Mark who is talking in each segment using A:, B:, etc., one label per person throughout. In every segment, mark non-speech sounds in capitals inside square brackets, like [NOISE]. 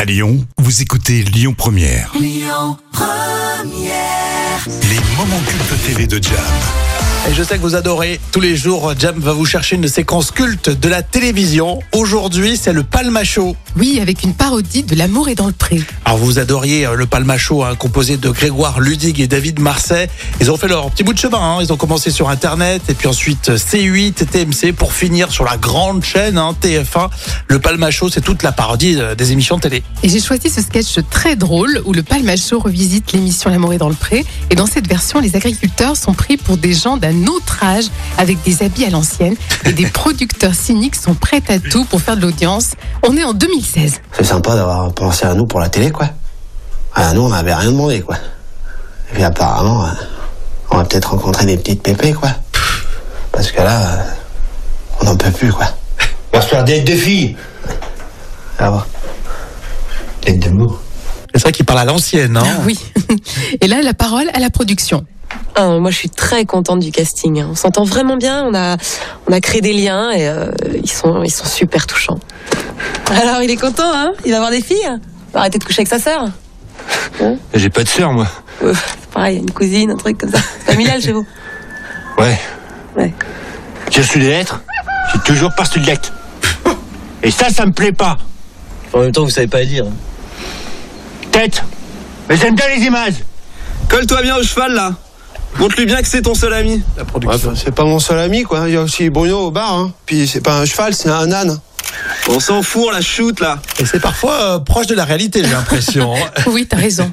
A: À Lyon, vous écoutez Lyon Première. Les moments cultes TV de Jam.
B: Et je sais que vous adorez. Tous les jours, Jam va vous chercher une séquence culte de la télévision. Aujourd'hui, c'est le Palmacho.
C: Oui, avec une parodie de L'amour est dans le pré.
B: Alors, vous adoriez euh, le Palmacho, hein, composé de Grégoire Ludig et David Marseille. Ils ont fait leur petit bout de chemin. hein. Ils ont commencé sur Internet, et puis ensuite euh, C8, TMC, pour finir sur la grande chaîne hein, TF1. Le Palmacho, c'est toute la parodie euh, des émissions de télé.
C: Et j'ai choisi ce sketch très drôle où le Palmacho revisite l'émission L'amour est dans le pré. Et dans cette version, les agriculteurs sont pris pour des gens d'un autre âge avec des habits à l'ancienne. Et des producteurs cyniques sont prêts à tout pour faire de l'audience. On est en 2016.
D: C'est sympa d'avoir pensé à nous pour la télé, quoi. À nous, on n'avait rien demandé, quoi. Et puis apparemment, euh, on va peut-être rencontrer des petites pépées, quoi. Parce que là, euh, on n'en peut plus, quoi.
E: On va se faire des défis.
D: À voir.
E: Tête de mou.
B: C'est vrai qu'ils parlent à l'ancienne. Hein.
C: Ah Oui. Et là, la parole à la production.
F: Ah, moi, je suis très contente du casting. hein. On s'entend vraiment bien. On a, on a créé des liens et euh, ils sont, ils sont super touchants. Alors, il est content, hein Il va avoir des filles. Faut Arrêter de coucher avec sa sœur. Hein
E: J'ai pas de sœur, moi.
F: Euh, Pareil, une cousine, un truc comme ça. C'est Familial chez vous.
E: Ouais.
F: Ouais.
E: J'ai reçu des lettres. J'ai toujours pas reçu de lettres. Et ça, ça me plaît pas.
G: En même temps, vous savez pas lire.
E: Tête. Mais j'aime bien les images.
H: Colle-toi bien au cheval là. Montre-lui bien que c'est ton seul ami.
D: c'est pas mon seul ami, quoi. Il y a aussi Bruno au bar, hein. Puis c'est pas un cheval, c'est un âne.
H: On s'en fout, on la shoot là.
B: Et c'est parfois euh, proche de la réalité, j'ai l'impression.
C: [LAUGHS]
B: hein.
C: Oui, t'as raison.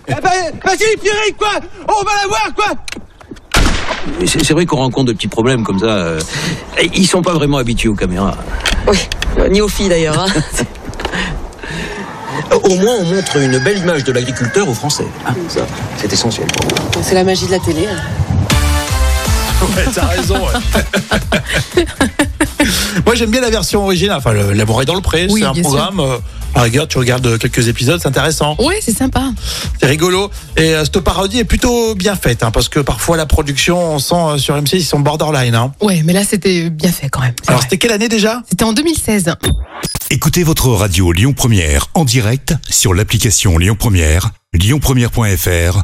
G: C'est c'est vrai qu'on rencontre de petits problèmes comme ça. euh, et Ils sont pas vraiment habitués aux caméras.
F: Oui, ni aux filles d'ailleurs. hein.
G: Au moins, on montre une belle image de l'agriculteur aux Français. hein. Ça, c'est essentiel.
F: C'est la magie de la télé. hein.
B: Ouais, t'as raison. ouais. [LAUGHS] Moi, j'aime bien la version originale. Enfin, le- l'amour est dans le pré.
C: Oui,
B: c'est un
C: bien sûr.
B: programme. euh, à la rigueur, tu regardes euh, quelques épisodes, c'est intéressant,
C: Oui, c'est sympa.
B: c'est rigolo. Et euh, cette parodie est plutôt bien faite, hein, parce que parfois la production, on sent euh, sur M6, ils sont borderline. hein.
C: Ouais, mais là, c'était bien fait quand même. C'est
B: Alors,
C: vrai.
B: c'était quelle année déjà
C: C'était en 2016.
A: Écoutez votre radio Lyon Première en direct sur l'application Lyon Première, lyonpremière.fr